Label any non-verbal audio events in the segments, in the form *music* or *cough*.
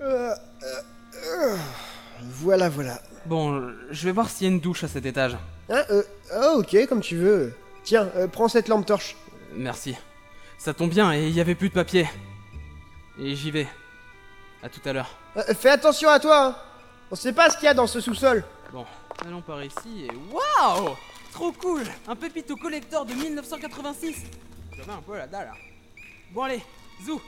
Euh, euh, euh, voilà, voilà. Bon, je vais voir s'il y a une douche à cet étage. Hein, euh, ah, ok, comme tu veux. Tiens, euh, prends cette lampe torche. Merci. Ça tombe bien, et il y avait plus de papier. Et j'y vais. À tout à l'heure. Euh, euh, fais attention à toi, hein. On sait pas ce qu'il y a dans ce sous-sol. Bon, allons par ici et. Waouh Trop cool Un pépito collector de 1986 J'avais un peu la dalle. hein. Bon, allez, zou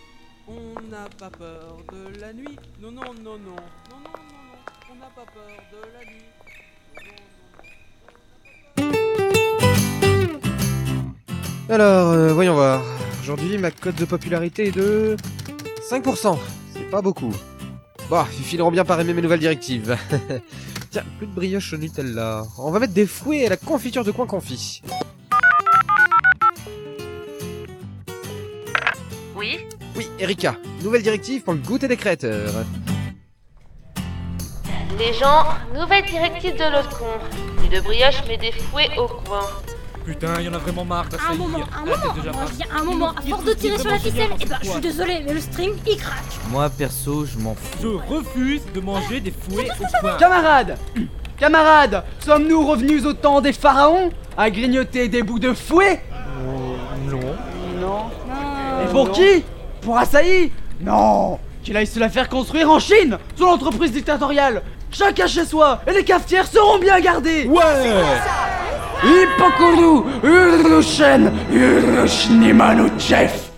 On n'a pas peur de la nuit. Non, non, non, non. Non, non, non, non. On n'a pas peur de la nuit. Alors, euh, voyons voir. Aujourd'hui, ma cote de popularité est de 5%. C'est pas beaucoup. Bah, ils finiront bien par aimer mes nouvelles directives. *laughs* Tiens, plus de brioche au Nutella. On va mettre des fouets à la confiture de coin confit. Oui Oui, Erika, nouvelle directive pour le goûter des créateurs. Les gens, nouvelle directive de l'autre con. Plus de brioche mais des fouets au coin. Putain, y'en a vraiment marre Ah, de Un moment, un moment, moi je dis un moment, à force de tirer sur la ficelle, et ben je suis désolé, mais le string il craque. Moi perso, je m'en fous. Je refuse de manger des fouets au poing. Camarades Camarades Sommes-nous revenus au temps des pharaons À grignoter des bouts de fouet Non. Non. Et pour qui Pour Assaï Non Qu'il aille se la faire construire en Chine Sous l'entreprise dictatoriale Chacun chez soi Et les cafetières seront bien gardées Ouais Hippokourou Urlushen Urlushnimanouchef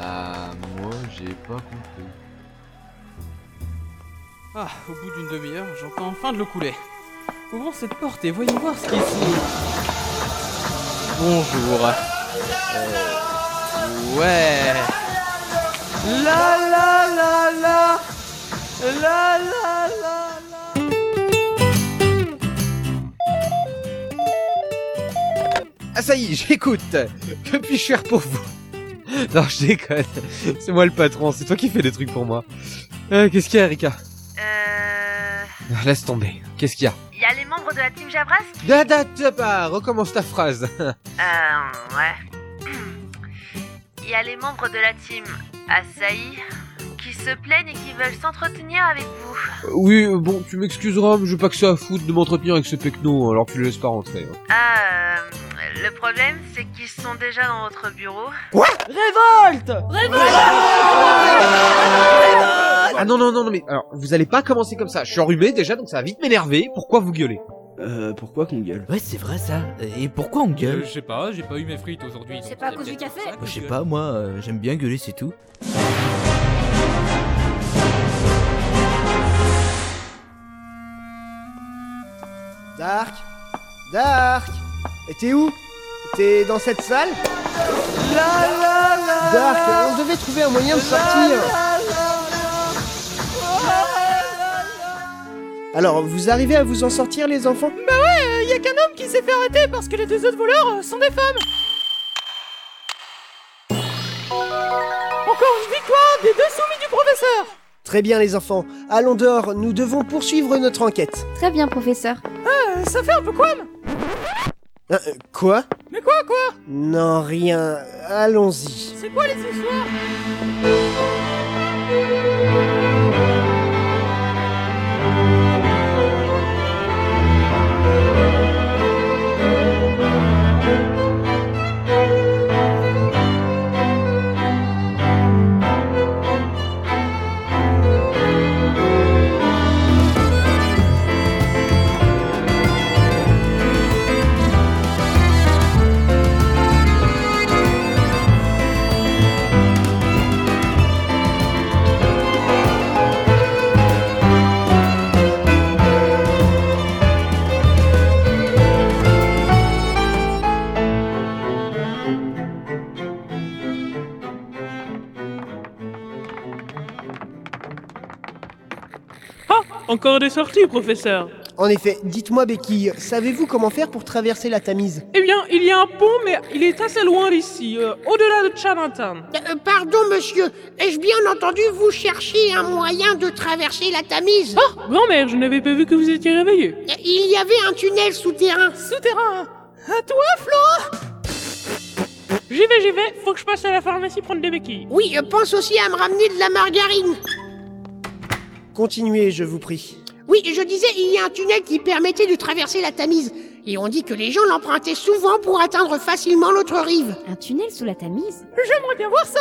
Ah, moi j'ai pas compris. Ah, au bout d'une demi-heure, j'entends enfin de le couler. Ouvrons cette porte et voyons voir ce qu'il y a ici. Bonjour. Euh, Ouais. La la la la. La la la la. Ah ça y est, j'écoute *laughs* Que puis-je faire pour vous *laughs* Non, je déconne. C'est moi le patron, c'est toi qui fais des trucs pour moi. Euh, qu'est-ce qu'il y a, Erika Euh. Laisse tomber. Qu'est-ce qu'il y a Y a les membres de la team Javras Da, da, da, bah, recommence ta phrase. Euh. Ouais. *clears throat* Y a les membres de la team Assaï qui se plaignent et qui veulent s'entretenir avec vous. *laughs* Oui, euh, bon, tu m'excuseras, mais je veux pas que ça à foutre de m'entretenir avec ce pecno, alors tu le laisses pas rentrer. hein. Ah, euh, le problème, c'est qu'ils sont déjà dans votre bureau. Révolte Ah non, non, non, non, mais alors, vous allez pas commencer comme ça. Je suis enrhumé déjà, donc ça va vite m'énerver. Pourquoi vous gueulez Euh, pourquoi qu'on gueule Ouais, c'est vrai ça. Et pourquoi on Euh, gueule Je sais pas, j'ai pas eu mes frites aujourd'hui. C'est donc pas à c'est cause du peut-être pour café ça que Moi, Je sais gueule. pas, moi, euh, j'aime bien gueuler, c'est tout. Dark Dark Et t'es où T'es dans cette salle Dark, on devait trouver un moyen de sortir Alors, vous arrivez à vous en sortir, les enfants Il Bah euh, y a qu'un homme qui s'est fait arrêter parce que les deux autres voleurs euh, sont des femmes. Encore une victoire des deux soumis du professeur. Très bien, les enfants. Allons dehors, nous devons poursuivre notre enquête. Très bien, professeur. Euh, ça fait un peu quoi Hein, euh, quoi Mais quoi quoi Non, rien. Allons-y. C'est quoi les histoires Ah Encore des sorties, professeur En effet, dites-moi, Béquille, savez-vous comment faire pour traverser la Tamise Eh bien, il y a un pont, mais il est assez loin d'ici, euh, au-delà de Chinatown. Euh, Pardon monsieur, ai-je bien entendu vous chercher un moyen de traverser la Tamise Euh, Ah Grand-mère, je n'avais pas vu que vous étiez réveillée. Il y avait un tunnel souterrain. Souterrain À toi, Flo J'y vais, j'y vais, faut que je passe à la pharmacie prendre des béquilles. Oui, euh, pense aussi à me ramener de la margarine. Continuez, je vous prie. Oui, je disais, il y a un tunnel qui permettait de traverser la Tamise. Et on dit que les gens l'empruntaient souvent pour atteindre facilement l'autre rive. Un tunnel sous la Tamise J'aimerais bien voir ça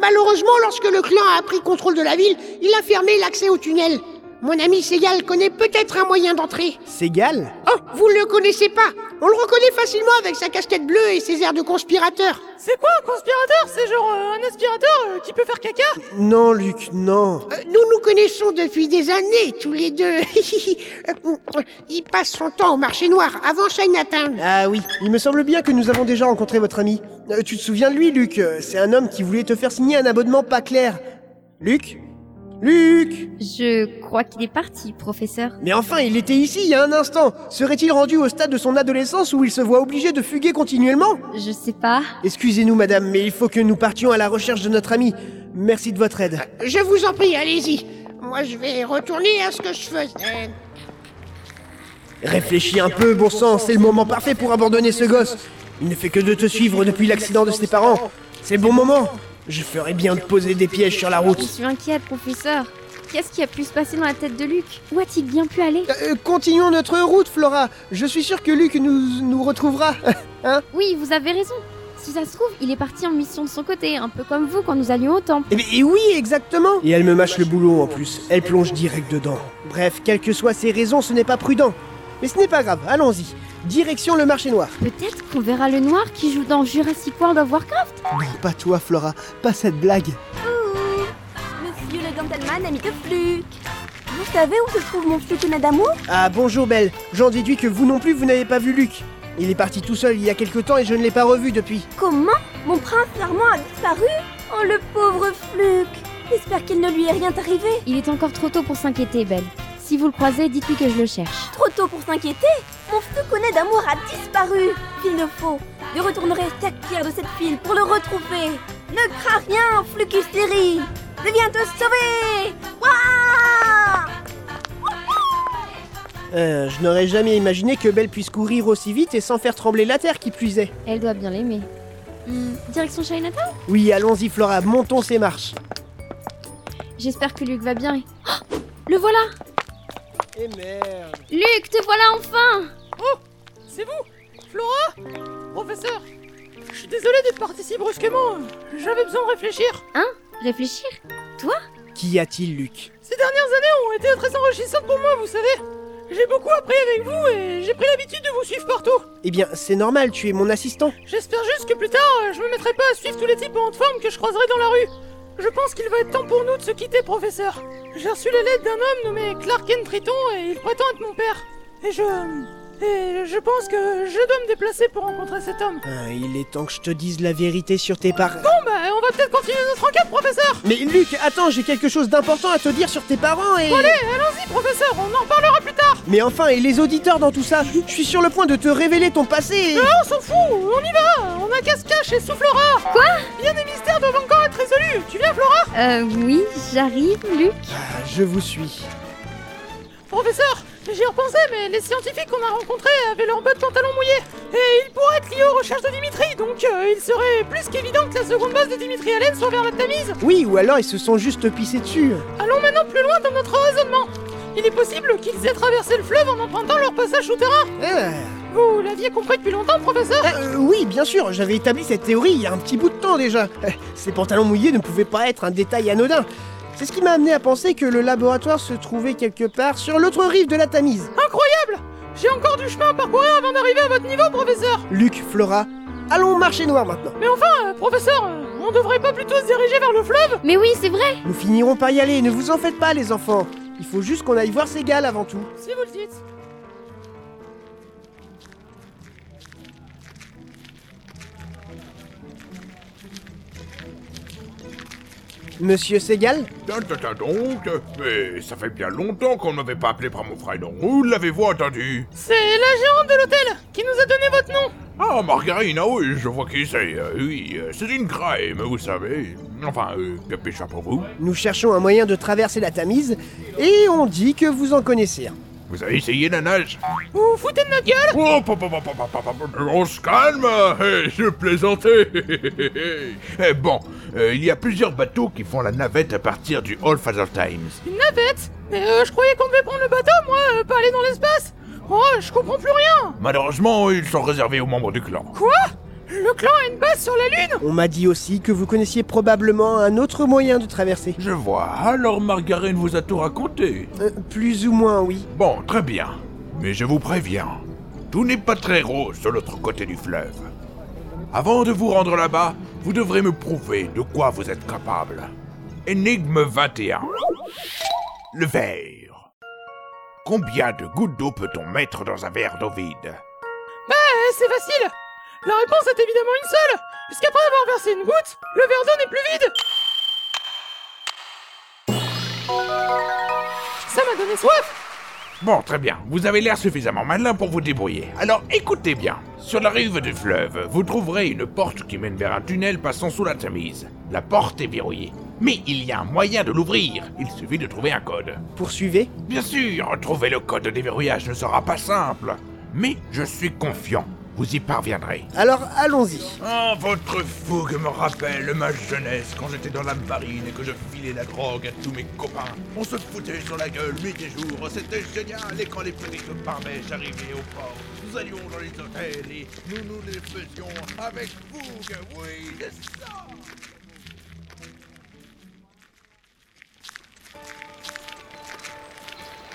Malheureusement, lorsque le clan a pris contrôle de la ville, il a fermé l'accès au tunnel. Mon ami Segal connaît peut-être un moyen d'entrer. Ségal Oh, vous ne le connaissez pas On le reconnaît facilement avec sa casquette bleue et ses airs de conspirateur. C'est quoi un conspirateur C'est genre euh, un aspirateur euh, qui peut faire caca Non, Luc, non. Euh, Nous nous connaissons depuis des années, tous les deux. *laughs* Euh, Il passe son temps au marché noir, avant Chinatown. Ah oui, il me semble bien que nous avons déjà rencontré votre ami. Euh, tu te souviens de lui, Luc Euh, C'est un homme qui voulait te faire signer un abonnement pas clair. Luc Luc Je crois qu'il est parti, professeur. Mais enfin, il était ici il y a un instant. Serait-il rendu au stade de son adolescence où il se voit obligé de fuguer continuellement Je sais pas. Excusez-nous, madame, mais il faut que nous partions à la recherche de notre ami. Merci de votre aide. Euh, Je vous en prie, allez-y. Moi, je vais retourner à ce que je faisais. Réfléchis un peu, bon sang, c'est le moment parfait pour abandonner ce gosse. Il ne fait que de te suivre depuis l'accident de ses parents. C'est le bon moment. Je ferais bien de poser des pièges sur la Je route. suis inquiète, professeur. Qu'est-ce qui a pu se passer dans la tête de Luc Où a-t-il bien pu aller Euh, continuons notre route, Flora. Je suis sûr que Luc nous, nous retrouvera. Oui, vous avez raison. Si ça se trouve, il est parti en mission de son côté, un peu comme vous quand nous allions au temple. Eh bien, et oui, exactement. Et elle me mâche le boulot en plus. Elle plonge direct dedans. Bref, quelles que soient ses raisons, ce n'est pas prudent. Mais ce n'est pas grave, allons-y. Direction le marché noir. Peut-être qu'on verra le noir qui joue dans Jurassic World of Warcraft. Non, Oh, pas toi, Flora. Pas cette blague. Monsieur le Gentleman, ami de Fluc. Vous savez où se trouve mon flûte d'amour Ah, bonjour, Belle. J'en déduis que vous non plus, vous n'avez pas vu Luc. Il est parti tout seul il y a quelque temps et je ne l'ai pas revu depuis. Comment Mon prince Normand a disparu Oh le pauvre Fluc J'espère qu'il ne lui est rien arrivé. Il est encore trop tôt pour s'inquiéter, Belle. Si vous le croisez, dites-lui que je le cherche. Trop tôt pour s'inquiéter Mon flûte d'amour a disparu Il le faut Je retournerai chaque pierre de cette pile pour le retrouver Ne crains rien, Fluc hystérie Je viens te sauver Ouah Euh, je n'aurais jamais imaginé que Belle puisse courir aussi vite et sans faire trembler la terre qui puisait. Elle doit bien l'aimer. Hmm, direction Chinatown Oui, allons-y, Flora, montons ces marches. J'espère que Luc va bien. Oh, le voilà Et Eh, merde. Luc, te voilà enfin C'est vous Flora Professeur Je suis désolé d'être parti si brusquement. J'avais besoin de réfléchir. Réfléchir Qu'y a-t-il, Luc Ces dernières années ont été très enrichissantes pour moi, vous savez. J'ai beaucoup appris avec vous et j'ai pris l'habitude de vous suivre partout. Eh bien, c'est normal, tu es mon assistant. J'espère juste que plus tard, euh, je me mettrai pas à suivre tous les types en haute forme que je croiserai dans la rue. Je pense qu'il va être temps pour nous de se quitter, professeur. J'ai reçu les lettres d'un homme nommé Clark Kent Triton et il prétend être mon père. Et je... Et je pense que je dois me déplacer pour rencontrer cet homme. Ah, il est temps que je te dise la vérité sur tes parents. Bon bah, on va peut-être continuer notre enquête, professeur Mais Luc, attends, j'ai quelque chose d'important à te dire sur tes parents et... Allons-y, professeur, on en parlera plus tard Mais enfin, et les auditeurs dans tout ça Je suis sur le point de te révéler ton passé et... On s'en fout, on y va On a cache-cache et soufflera Quoi Bien des mystères doivent encore être résolus Tu viens, Flora Euh, oui, j'arrive, Luc. Ah, je vous suis. Professeur, j'y repensais, mais les scientifiques qu'on a rencontrés avaient leurs bas de pantalon mouillés. Et ils pourraient être liés aux recherches de Dimitri, donc euh, il serait plus qu'évident que la seconde base de Dimitri Allen soit vers la Tamise. Oui, ou alors ils se sont juste pissés dessus. Allons maintenant plus loin dans notre raisonnement. Il est possible qu'ils aient traversé le fleuve en empruntant leur passage souterrain. Ah. Vous l'aviez compris depuis longtemps, professeur Ah, euh, oui, bien sûr, j'avais établi cette théorie il y a un petit bout de temps déjà. Euh, Ces pantalons mouillés ne pouvaient pas être un détail anodin. C'est ce qui m'a amené à penser que le laboratoire se trouvait quelque part sur l'autre rive de la Tamise. Incroyable J'ai encore du chemin à parcourir avant d'arriver à votre niveau, professeur Luc, Flora, allons marcher noir maintenant. Mais enfin, euh, professeur, euh, on devrait pas plutôt se diriger vers le fleuve Mais oui, c'est vrai Nous finirons par y aller, ne vous en faites pas les enfants. Il faut juste qu'on aille voir Ségal avant tout. Si vous le dites Monsieur Ségal Tata donc, euh, mais ça fait bien longtemps qu'on ne m'avait pas appelé par mon prénom. Où l'avez-vous entendu C'est la géante de l'hôtel qui nous a donné votre nom Ah, Margarine, ah oui, je vois qui c'est. Euh, oui, euh, c'est une crème, vous savez. Enfin, euh, que pêche pour vous Nous cherchons un moyen de traverser la Tamise et on dit que vous en connaissez un. Vous avez essayé la nage Vous vous foutez de notre gueule Oh, pa- pa- pa- pa- pa- pa- pa- pa- On se calme eh, Je plaisantais Eh, Bon, euh, il y a plusieurs bateaux qui font la navette à partir du All Father Times. Une navette Mais euh, je croyais qu'on devait prendre le bateau, moi, euh, pas aller dans l'espace Oh, je comprends plus rien Malheureusement, ils sont réservés aux membres du clan. Quoi Le clan a une base sur la Lune On m'a dit aussi que vous connaissiez probablement un autre moyen de traverser. Euh, Je vois. Alors Margarine vous a tout raconté Plus ou moins, oui. Bon, très bien. Mais je vous préviens, tout n'est pas très rose de l'autre côté du fleuve. Avant de vous rendre là-bas, vous devrez me prouver de quoi vous êtes capable. Énigme 21. Le verre. Combien de gouttes d'eau peut-on mettre dans un verre d'eau vide Bah, euh, c'est facile La réponse est évidemment une seule Puisqu'après avoir versé une goutte, le verre d'eau n'est plus vide Ça m'a donné soif Bon, très bien. Vous avez l'air suffisamment malin pour vous débrouiller. Alors écoutez bien. Sur la rive du fleuve, vous trouverez une porte qui mène vers un tunnel passant sous la Tamise. La porte est verrouillée. Mais il y a un moyen de l'ouvrir. Il suffit de trouver un code. Poursuivez Bien sûr, trouver le code de déverrouillage ne sera pas simple. Mais je suis confiant. Vous y parviendrez. Alors allons-y. Oh, votre fougue me rappelle ma jeunesse quand j'étais dans la marine et que je filais la drogue à tous mes copains. On se foutait sur la gueule nuit et jour, c'était génial. Et quand les petits copains pêche arrivaient au port, nous allions dans les hôtels et nous nous les faisions avec fougue, oui, c'est ça.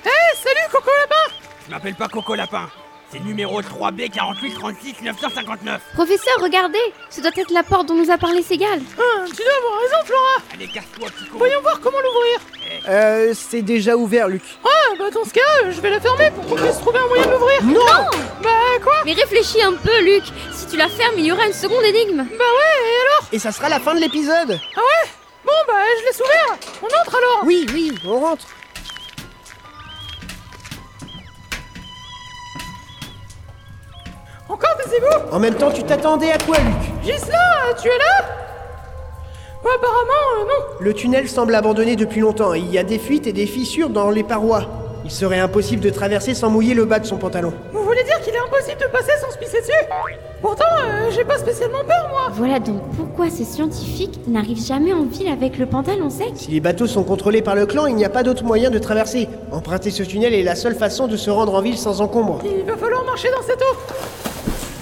Eh, salut, Coco Lapin Je m'appelle pas Coco Lapin. C'est numéro 3B 48 36 959. Professeur, regardez Ce doit être la porte dont nous a parlé Ségal. Tu dois avoir raison, Flora Allez, casse-toi, petit con. Voyons voir comment l'ouvrir Euh, c'est déjà ouvert, Luc. Ah, bah dans ce cas, euh, je vais la fermer pour qu'on puisse trouver un moyen de l'ouvrir Non Bah quoi Mais réfléchis un peu, Luc Si tu la fermes, il y aura une seconde énigme Bah ouais, et alors Et ça sera la fin de l'épisode Ah ouais Bon, bah je laisse ouvert On entre alors Oui, oui, on rentre. Encore des égouts En même temps, tu t'attendais à quoi, Luc Gisela, euh, tu es là Bah apparemment, euh, non Le tunnel semble abandonné depuis longtemps. Il y a des fuites et des fissures dans les parois. Il serait impossible de traverser sans mouiller le bas de son pantalon. Vous voulez dire qu'il est impossible de passer sans se pisser dessus Pourtant, euh, j'ai pas spécialement peur, moi Voilà donc pourquoi ces scientifiques n'arrivent jamais en ville avec le pantalon sec. Si les bateaux sont contrôlés par le clan, il n'y a pas d'autre moyen de traverser. Emprunter ce tunnel est la seule façon de se rendre en ville sans encombre. Il va falloir marcher dans cette eau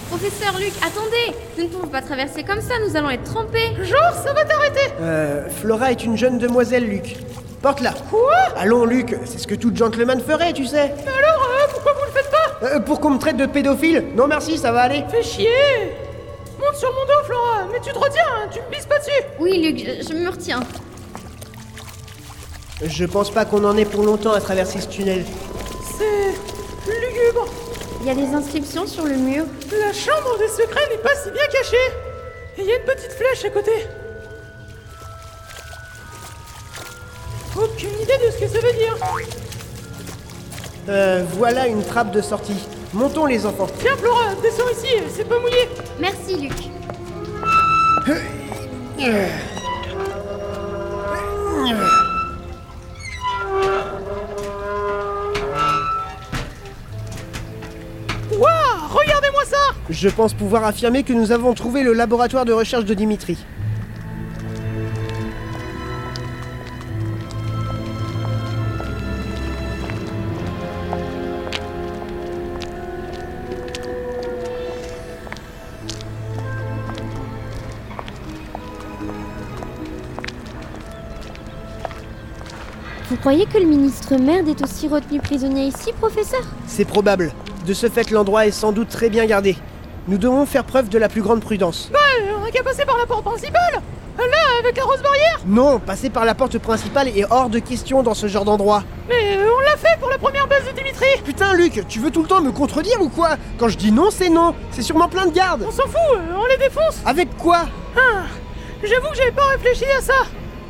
Professeur Luc, attendez Nous ne pouvons pas traverser comme ça, nous allons être trempés Genre, ça va t'arrêter Euh, Flora est une jeune demoiselle, Luc. Porte-la Quoi Allons, Luc, c'est ce que tout gentleman ferait, tu sais Mais alors, euh, pourquoi vous le faites pas Euh, Pour qu'on me traite de pédophile Non merci, ça va aller Fais chier Monte sur mon dos, Flora Mais tu te retiens, hein, tu me pisses pas dessus Oui, Luc, je, je me retiens. Je pense pas qu'on en ait pour longtemps à traverser ce tunnel. C'est... lugubre Il y a des inscriptions sur le mur. La chambre des secrets n'est pas si bien cachée Et il y a une petite flèche à côté Aucune idée de ce que ça veut dire Euh, voilà une trappe de sortie. Montons, les enfants. Viens Flora, descends ici, c'est pas mouillé Merci, Luc. Waouh Regardez-moi ça Je pense pouvoir affirmer que nous avons trouvé le laboratoire de recherche de Dimitri. Vous croyez que le ministre Merde est aussi retenu prisonnier ici, professeur C'est probable. De ce fait, l'endroit est sans doute très bien gardé. Nous devons faire preuve de la plus grande prudence. Bah, euh, on a qu'à passer par la porte principale Là, avec la rose barrière Non, passer par la porte principale est hors de question dans ce genre d'endroit. Mais euh, on l'a fait pour la première base de Dimitri Putain, Luc, tu veux tout le temps me contredire ou quoi Quand je dis non, c'est non. C'est sûrement plein de gardes. On s'en fout, euh, on les défonce Avec quoi Ah, J'avoue que j'avais pas réfléchi à ça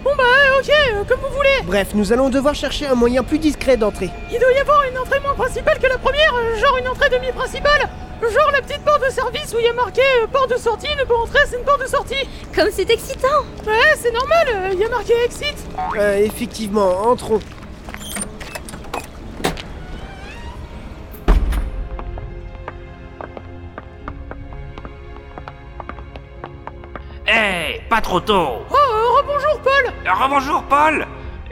Bon bah, euh, ok, euh, comme vous voulez Bref, nous allons devoir chercher un moyen plus discret d'entrer. Il doit y avoir une entrée moins principale que la première, euh, genre une entrée demi-principale Genre la petite porte de service où il y a marqué euh, porte de sortie, ne peut entrer, c'est une porte de sortie Comme c'est excitant Ouais, c'est normal, euh, il y a marqué exit Euh, effectivement, entrons. Hé, Eh, pas trop tôt Oh, euh, rebonjour Paul Rebonjour, Paul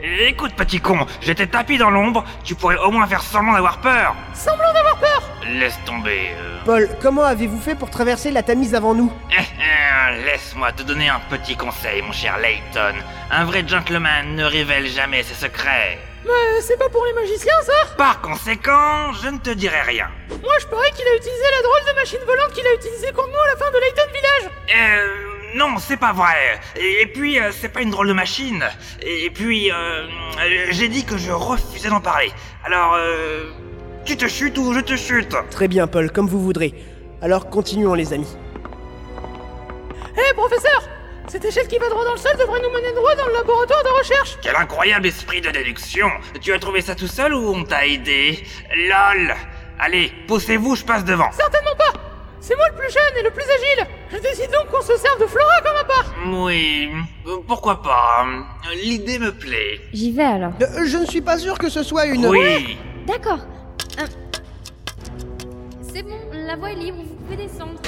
Euh, Écoute, petit con, j'étais tapis dans l'ombre, tu pourrais au moins faire semblant d'avoir peur Semblant d'avoir peur Laisse tomber, euh, Paul, comment avez-vous fait pour traverser la Tamise avant nous Eh, eh, Laisse-moi te donner un petit conseil, mon cher Layton. Un vrai gentleman ne révèle jamais ses secrets. Mais c'est pas pour les magiciens ça Par conséquent, je ne te dirai rien. Moi je parie qu'il a utilisé la drôle de machine volante qu'il a utilisée contre nous à la fin de Layton Village Euh, non, c'est pas vrai. Et et puis, euh, c'est pas une drôle de machine. Et puis, euh, euh, j'ai dit que je refusais d'en parler. Alors, euh, tu te chutes ou je te chute Très bien, Paul, comme vous voudrez. Alors continuons, les amis. Hé Eh, professeur Cette échelle qui va droit dans le sol devrait nous mener droit dans le laboratoire de recherche Quel incroyable esprit de déduction Tu as trouvé ça tout seul ou on t'a aidé LOL Allez, poussez-vous, je passe devant. Certainement pas C'est moi le plus jeune et le plus agile Je décide donc qu'on se serve de Flora comme un part Oui, euh, pourquoi pas. L'idée me plaît. J'y vais alors. Euh, je ne suis pas sûr que ce soit une. Oui. D'accord. Euh, C'est bon, la voie est libre, vous pouvez descendre.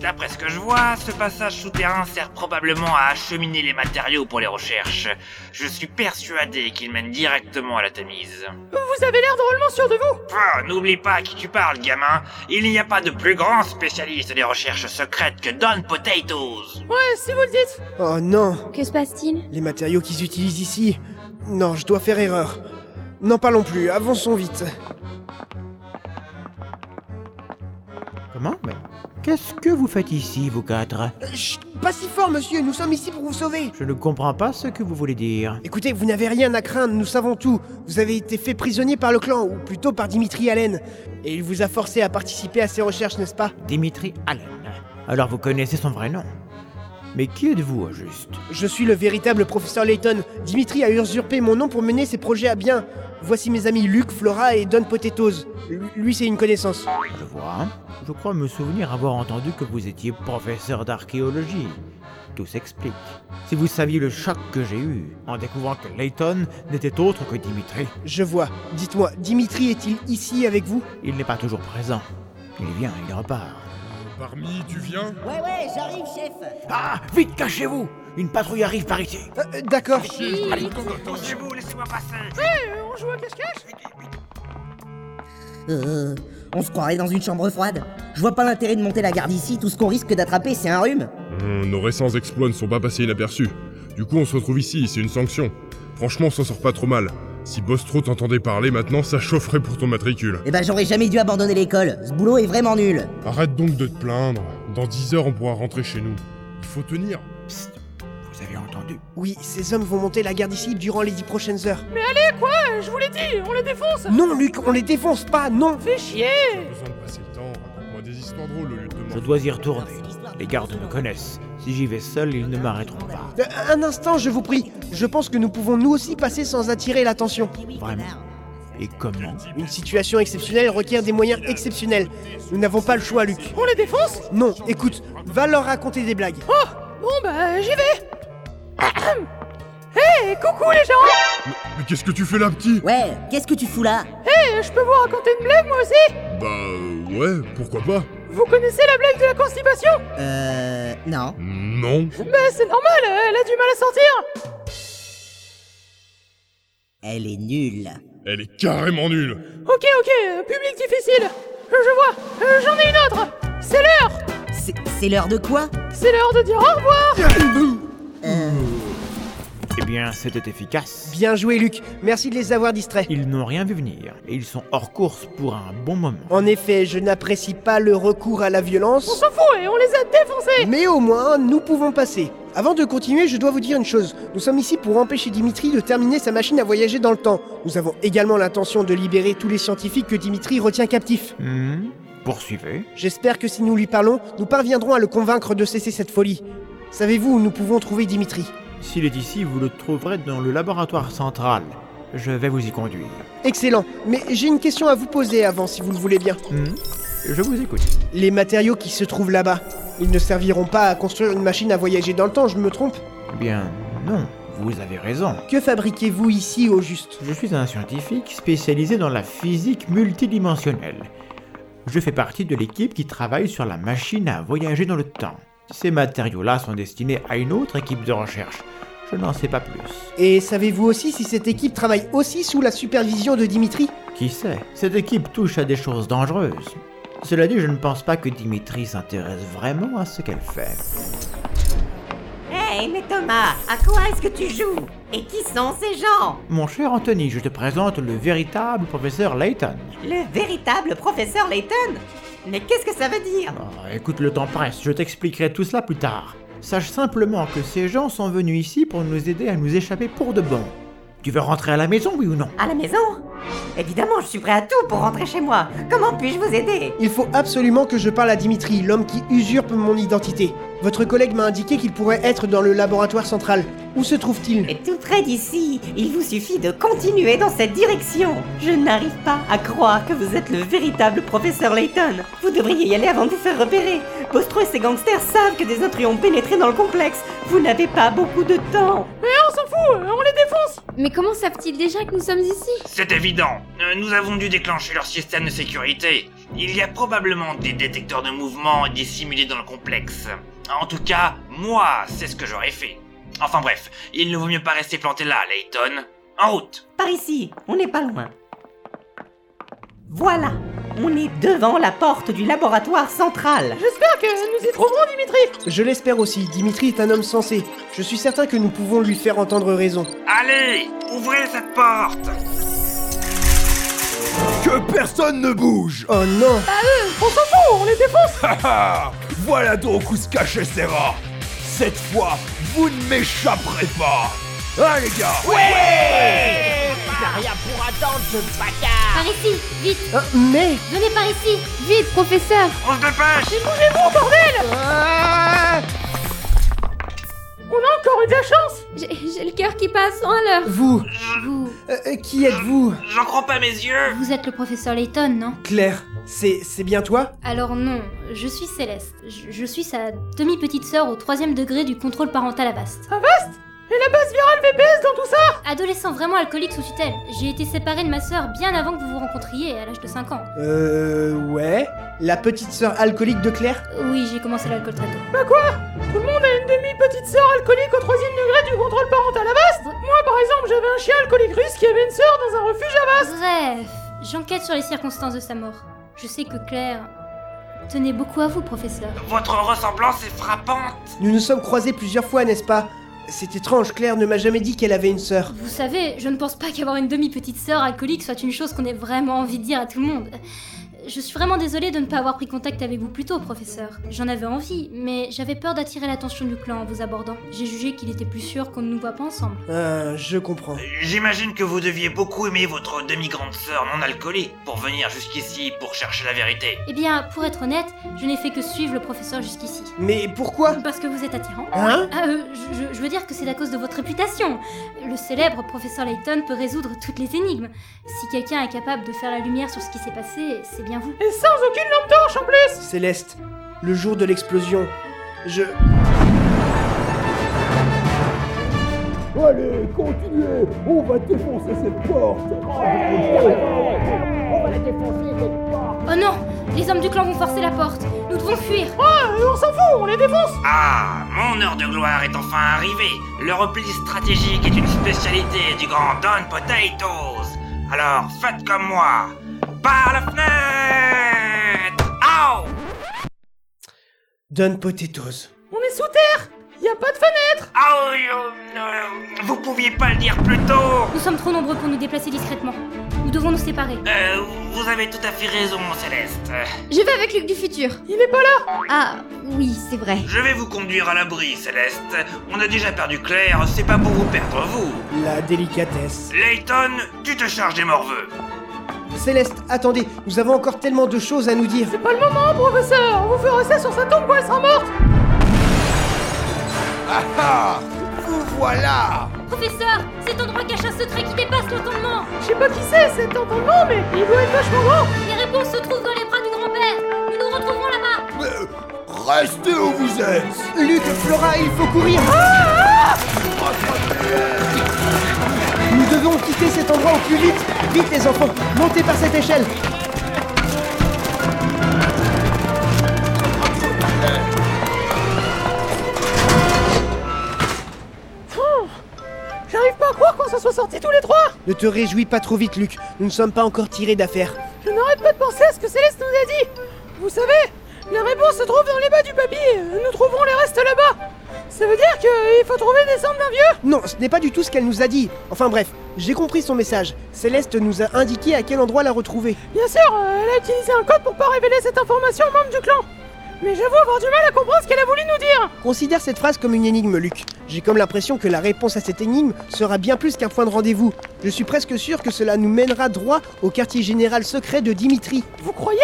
D'après ce que je vois, ce passage souterrain sert probablement à acheminer les matériaux pour les recherches. Je suis persuadé qu'il mène directement à la Tamise. Vous avez l'air drôlement sûr de vous Pouah, Ah, n'oublie pas à qui tu parles, gamin. Il n'y a pas de plus grand spécialiste des recherches secrètes que Don Potatoes. Ouais, si vous le dites Oh non Que se passe-t-il Les matériaux qu'ils utilisent ici. Non, je dois faire erreur. N'en parlons plus, avançons vite. Comment Mais qu'est-ce que vous faites ici, vous quatre Pas si fort, monsieur, nous sommes ici pour vous sauver. Je ne comprends pas ce que vous voulez dire. Écoutez, vous n'avez rien à craindre, nous savons tout. Vous avez été fait prisonnier par le clan, ou plutôt par Dimitri Allen. Et il vous a forcé à participer à ses recherches, n'est-ce pas Dimitri Allen. Alors vous connaissez son vrai nom. Mais qui êtes-vous au juste Je suis le véritable professeur Layton. Dimitri a usurpé mon nom pour mener ses projets à bien. Voici mes amis Luc, Flora et Don Potatoes. Lui- Lui, c'est une connaissance. Je vois. Je crois me souvenir avoir entendu que vous étiez professeur d'archéologie. Tout s'explique. Si vous saviez le choc que j'ai eu en découvrant que Layton n'était autre que Dimitri. Je vois. Dites-moi, Dimitri est-il ici avec vous Il n'est pas toujours présent. Il vient, il repart. Parmi, tu viens Ouais, ouais, j'arrive, chef Ah Vite, cachez-vous Une patrouille arrive par ici Euh, D'accord. Allez, cachez-vous, laissez-moi passer Hé, on joue à cache-cache Euh, on se croirait dans une chambre froide. Je vois pas l'intérêt de monter la garde ici, tout ce qu'on risque d'attraper, c'est un rhume. Hum, Nos récents exploits ne sont pas passés inaperçus. Du coup, on se retrouve ici, c'est une sanction. Franchement, on s'en sort pas trop mal. Si Bostro t'entendait parler maintenant, ça chaufferait pour ton matricule. Eh ben, j'aurais jamais dû abandonner l'école. Ce boulot est vraiment nul. Arrête donc de te plaindre. Dans 10 heures, on pourra rentrer chez nous. Il faut tenir. Vous avez entendu Oui, ces hommes vont monter la garde ici durant les dix prochaines heures. Mais allez, quoi Euh, Je vous l'ai dit, on les défonce Non, Luc, on les défonce pas, non Fais chier Moi, des histoires drôles au lieu de te Je dois y retourner. Les gardes me connaissent. Si j'y vais seul, ils ne m'arrêteront pas. Euh, Un instant, je vous prie. Je pense que nous pouvons nous aussi passer sans attirer l'attention. Vraiment Et comment Une situation exceptionnelle requiert des moyens exceptionnels. Nous n'avons pas le choix, Luc. On les défonce Non, écoute, va leur raconter des blagues. Oh Bon bah, j'y vais *coughs* Hé, coucou les gens Mais qu'est-ce que tu fais là, petit Ouais, qu'est-ce que tu fous là Hé, je peux vous raconter une blague moi aussi Bah, euh, ouais, pourquoi pas Vous connaissez la blague de la constipation Euh. Non. Hum, Non. Bah, c'est normal, euh, elle a du mal à sortir Elle est nulle. Elle est carrément nulle. Ok, ok, euh, public difficile Euh, Je vois, euh, j'en ai une autre C'est l'heure C'est- C'est l'heure de quoi C'est l'heure de dire au revoir Eh bien, c'était efficace. Bien joué, Luc. Merci de les avoir distraits. Ils n'ont rien vu venir. Et ils sont hors course pour un bon moment. En effet, je n'apprécie pas le recours à la On violence, s'en fout et on les a défoncés mais au moins, nous pouvons passer. Avant de continuer, je dois vous dire une chose. Nous sommes ici pour empêcher Dimitri de terminer sa machine à voyager dans le temps. Nous avons également l'intention de libérer tous les scientifiques que Dimitri retient captifs. Hmm, Poursuivez. J'espère que si nous lui parlons, nous parviendrons à le convaincre de cesser cette folie. Savez-vous où nous pouvons trouver Dimitri S'il est ici, vous le trouverez dans le laboratoire central. Je vais vous y conduire. Excellent, mais j'ai une question à vous poser avant, si vous le voulez bien. Hmm, Je vous écoute. Les matériaux qui se trouvent là-bas, ils ne serviront pas à construire une machine à voyager dans le temps, je me trompe Eh bien, non. Vous avez raison. Que fabriquez-vous ici au juste Je suis un scientifique spécialisé dans la physique multidimensionnelle. Je fais partie de l'équipe qui travaille sur la machine à voyager dans le temps. Ces matériaux-là sont destinés à une autre équipe de recherche. Je n'en sais pas plus. Et savez-vous aussi si cette équipe travaille aussi sous la supervision de Dimitri Qui sait Cette équipe touche à des choses dangereuses. Cela dit, je ne pense pas que Dimitri s'intéresse vraiment à ce qu'elle fait. Hey, mais Thomas, à quoi est-ce que tu joues Et qui sont ces gens Mon cher Anthony, je te présente le véritable professeur Layton. Le véritable professeur Layton Mais qu'est-ce que ça veut dire Ah, Écoute, le temps presse, je t'expliquerai tout cela plus tard. Sache simplement que ces gens sont venus ici pour nous aider à nous échapper pour de bon. Tu veux rentrer à la maison, oui ou non À la maison Évidemment, je suis prêt à tout pour rentrer chez moi. Comment puis-je vous aider Il faut absolument que je parle à Dimitri, l'homme qui usurpe mon identité. Votre collègue m'a indiqué qu'il pourrait être dans le laboratoire central. Où se trouve-t-il Tout près d'ici, il vous suffit de continuer dans cette direction. Je n'arrive pas à croire que vous êtes le véritable professeur Layton. Vous devriez y aller avant de vous faire repérer. Bostro et ses gangsters savent que des intrus ont pénétré dans le complexe. Vous n'avez pas beaucoup de temps. Mais on s'en fout, on les défonce Mais comment savent-ils déjà que nous sommes ici C'est évident. Euh, Nous avons dû déclencher leur système de sécurité. Il y a probablement des détecteurs de mouvement dissimulés dans le complexe. En tout cas, moi, c'est ce que j'aurais fait. Enfin bref, il ne vaut mieux pas rester planté là, Layton. En route Par ici, on n'est pas loin. Voilà, on est devant la porte du laboratoire central. J'espère que nous y trouverons Dimitri. Je l'espère aussi, Dimitri est un homme sensé. Je suis certain que nous pouvons lui faire entendre raison. Allez, ouvrez cette porte Que personne ne bouge Oh non Bah eux, on s'en fout, on les défonce Ha ha Voilà donc où se cachait ces rats Cette fois, vous ne m'échapperez pas Hein les gars T'as rien pour attendre, ce bâtard Par ici, vite Euh, Mais Venez par ici Vite, professeur On se dépêche Bougez-vous, bordel On a encore eu de la chance J'ai j'ai le cœur qui passe en l'heure Vous Vous, euh, euh, Qui êtes-vous J'en crois pas mes yeux Vous êtes le professeur Layton, non Claire, c'est c'est bien toi Alors non, je suis Céleste. Je, je suis sa demi-petite sœur au troisième degré du contrôle parental à Bast. Avast Et la base virale VPS dans tout ça Adolescent vraiment alcoolique sous tutelle. J'ai été séparée de ma sœur bien avant que vous vous rencontriez, à l'âge de 5 ans. Euh ouais. La petite sœur alcoolique de Claire Oui, j'ai commencé l'alcool très tôt. Bah quoi Tout le monde a une demi-petite sœur alcoolique au troisième degré du contrôle parental à Bast Moi, par exemple, j'avais un chien alcoolique russe qui avait une sœur dans un refuge à Bast Bref, j'enquête sur les circonstances de sa mort. Je sais que Claire tenait beaucoup à vous, professeur. Votre ressemblance est frappante Nous nous sommes croisés plusieurs fois, n'est-ce pas C'est étrange, Claire ne m'a jamais dit qu'elle avait une sœur. Vous savez, je ne pense pas qu'avoir une demi-petite sœur alcoolique soit une chose qu'on ait vraiment envie de dire à tout le monde. Je suis vraiment désolée de ne pas avoir pris contact avec vous plus tôt, professeur. J'en avais envie, mais j'avais peur d'attirer l'attention du clan en vous abordant. J'ai jugé qu'il était plus sûr qu'on ne nous voit pas ensemble. Ah, je comprends. J'imagine que vous deviez beaucoup aimer votre demi-grande sœur non alcoolique pour venir jusqu'ici pour chercher la vérité. Eh bien, pour être honnête, je n'ai fait que suivre le professeur jusqu'ici. Mais pourquoi Parce que vous êtes attirant. Hein Ah, euh, je, je- je veux dire que c'est à cause de votre réputation. Le célèbre professeur Layton peut résoudre toutes les énigmes. Si quelqu'un est capable de faire la lumière sur ce qui s'est passé, c'est bien vous. Et sans aucune lampe torche en plus Céleste, le jour de l'explosion, je... Allez, continuez On va défoncer cette porte On va la défoncer quelque part Oh non Les hommes du clan vont forcer la porte. Nous devons fuir. Ah, euh, on s'en fout, on les défonce Ah, mon heure de gloire est enfin arrivée. Le repli stratégique est une spécialité du grand Don Potatoes. Alors faites comme moi. Par la fenêtre Ow Don Potatoes. On est sous terre Y a pas de fenêtre Ow, you- euh, Vous pouviez pas le dire plus tôt Nous sommes trop nombreux pour nous déplacer discrètement. Nous devons nous séparer. Euh, vous avez tout à fait raison, Céleste. Euh, Je vais avec Luc du futur Il est pas là Ah, oui, c'est vrai. Je vais vous conduire à l'abri, Céleste. On a déjà perdu Claire, c'est pas pour vous perdre, vous. La délicatesse. Layton, tu te charges des morveux. Céleste, attendez, nous avons encore tellement de choses à nous dire. C'est pas le moment, professeur On vous fera ça sur sa tombe quand elle sera morte Ah ah Vous voilà Professeur, cet endroit cache un secret qui dépasse l'entendement. Je sais pas qui c'est, cet entendement, mais il doit être vachement grand Les réponses se trouvent dans les bras du grand-père. Nous nous retrouverons là-bas. Euh, Restez où vous êtes Luc, Flora, il faut courir Nous devons quitter cet endroit au plus vite Vite les enfants, montez par cette échelle sortis tous les trois Ne te réjouis pas trop vite, Luc. Nous ne sommes pas encore tirés d'affaire. Je n'arrête pas de penser à ce que Céleste nous a dit Vous savez, la réponse se trouve dans les bas du papier, nous trouverons les restes là-bas Ça veut dire qu'il faut trouver des cendres d'un vieux Non, ce n'est pas du tout ce qu'elle nous a dit. Enfin bref, j'ai compris son message. Céleste nous a indiqué à quel endroit la retrouver. Bien sûr, euh, elle a utilisé un code pour pas révéler cette information aux membres du clan Mais j'avoue avoir du mal à comprendre ce qu'elle a voulu nous dire Considère cette phrase comme une énigme, Luc. J'ai comme l'impression que la réponse à cette énigme sera bien plus qu'un point de rendez-vous. Je suis presque sûr que cela nous mènera droit au quartier général secret de Dimitri. Vous croyez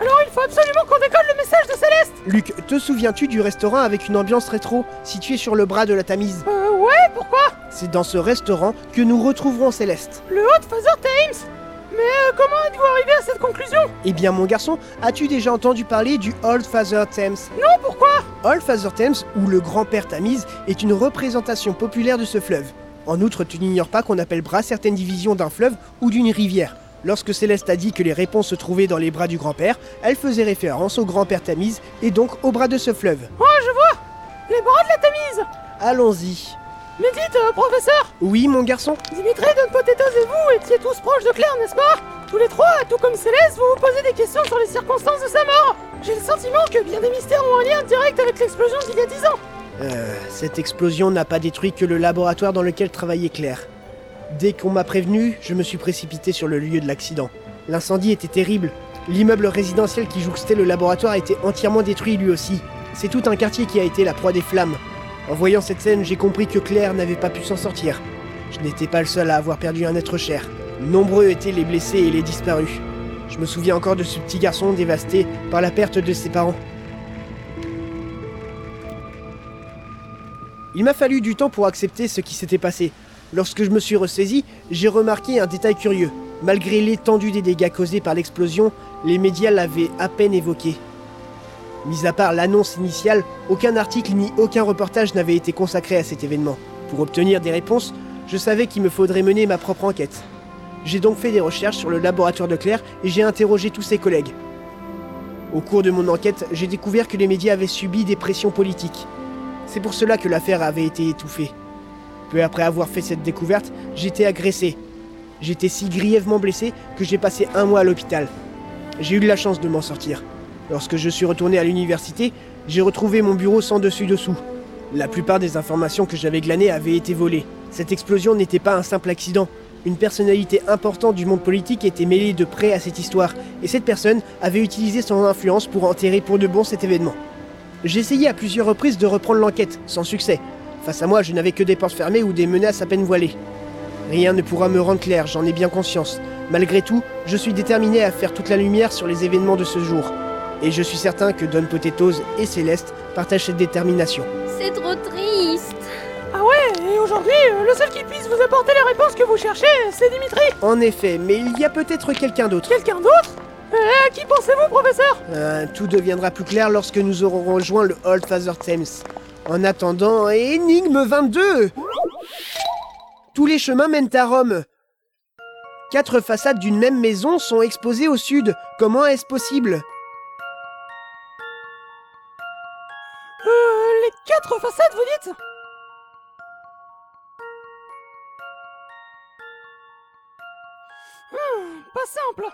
Alors il faut absolument qu'on décolle le message de Céleste Luc, te souviens-tu du restaurant avec une ambiance rétro, situé sur le bras de la Tamise Euh, ouais, pourquoi C'est dans ce restaurant que nous retrouverons Céleste. Le haut de Father Thames Mais euh, comment êtes-vous arrivé à cette conclusion Eh bien, mon garçon, as-tu déjà entendu parler du Old Father Thames Non, pourquoi Old Father Thames, ou le grand-père Tamise, est une représentation populaire de ce fleuve. En outre, tu n'ignores pas qu'on appelle bras certaines divisions d'un fleuve ou d'une rivière. Lorsque Céleste a dit que les réponses se trouvaient dans les bras du grand-père, elle faisait référence au grand-père Tamise et donc au bras de ce fleuve. Oh, je vois Les bras de la Tamise Allons-y. Mais dites, euh, professeur Oui, mon garçon Dimitri, Don Potatoes et vous étiez tous proches de Claire, n'est-ce pas Tous les trois, tout comme Céleste, vous vous posez des questions sur les circonstances de sa mort J'ai le sentiment que bien des mystères ont un lien direct avec l'explosion d'il y a 10 ans Euh, cette explosion n'a pas détruit que le laboratoire dans lequel travaillait Claire. Dès qu'on m'a prévenu, je me suis précipité sur le lieu de l'accident. L'incendie était terrible. L'immeuble résidentiel qui jouxtait le laboratoire était entièrement détruit lui aussi. C'est tout un quartier qui a été la proie des flammes. En voyant cette scène, j'ai compris que Claire n'avait pas pu s'en sortir. Je n'étais pas le seul à avoir perdu un être cher. Nombreux étaient les blessés et les disparus. Je me souviens encore de ce petit garçon dévasté par la perte de ses parents. Il m'a fallu du temps pour accepter ce qui s'était passé. Lorsque je me suis ressaisi, j'ai remarqué un détail curieux. Malgré l'étendue des dégâts causés par l'explosion, les médias l'avaient à peine évoqué. Mis à part l'annonce initiale, aucun article ni aucun reportage n'avait été consacré à cet événement. Pour obtenir des réponses, je savais qu'il me faudrait mener ma propre enquête. J'ai donc fait des recherches sur le laboratoire de Claire et j'ai interrogé tous ses collègues. Au cours de mon enquête, j'ai découvert que les médias avaient subi des pressions politiques. C'est pour cela que l'affaire avait été étouffée. Peu après avoir fait cette découverte, j'étais agressé. J'étais si grièvement blessé que j'ai passé un mois à l'hôpital. J'ai eu de la chance de m'en sortir. Lorsque je suis retourné à l'université, j'ai retrouvé mon bureau sans dessus-dessous. La plupart des informations que j'avais glanées avaient été volées. Cette explosion n'était pas un simple accident. Une personnalité importante du monde politique était mêlée de près à cette histoire, et cette personne avait utilisé son influence pour enterrer pour de bon cet événement. J'ai essayé à plusieurs reprises de reprendre l'enquête, sans succès. Face à moi, je n'avais que des portes fermées ou des menaces à peine voilées. Rien ne pourra me rendre clair, j'en ai bien conscience. Malgré tout, je suis déterminé à faire toute la lumière sur les événements de ce jour. Et je suis certain que Don Potatoes et Céleste partagent cette détermination. C'est trop triste. Ah ouais, et aujourd'hui, euh, le seul qui puisse vous apporter les réponses que vous cherchez, c'est Dimitri En effet, mais il y a peut-être quelqu'un d'autre. Quelqu'un d'autre Euh, À qui pensez-vous, professeur Euh, tout deviendra plus clair lorsque nous aurons rejoint le Old Father Thames. En attendant, énigme 22 Tous les chemins mènent à Rome. Quatre façades d'une même maison sont exposées au sud. Comment est-ce possible Euh, les quatre façades, vous dites Hmm, pas simple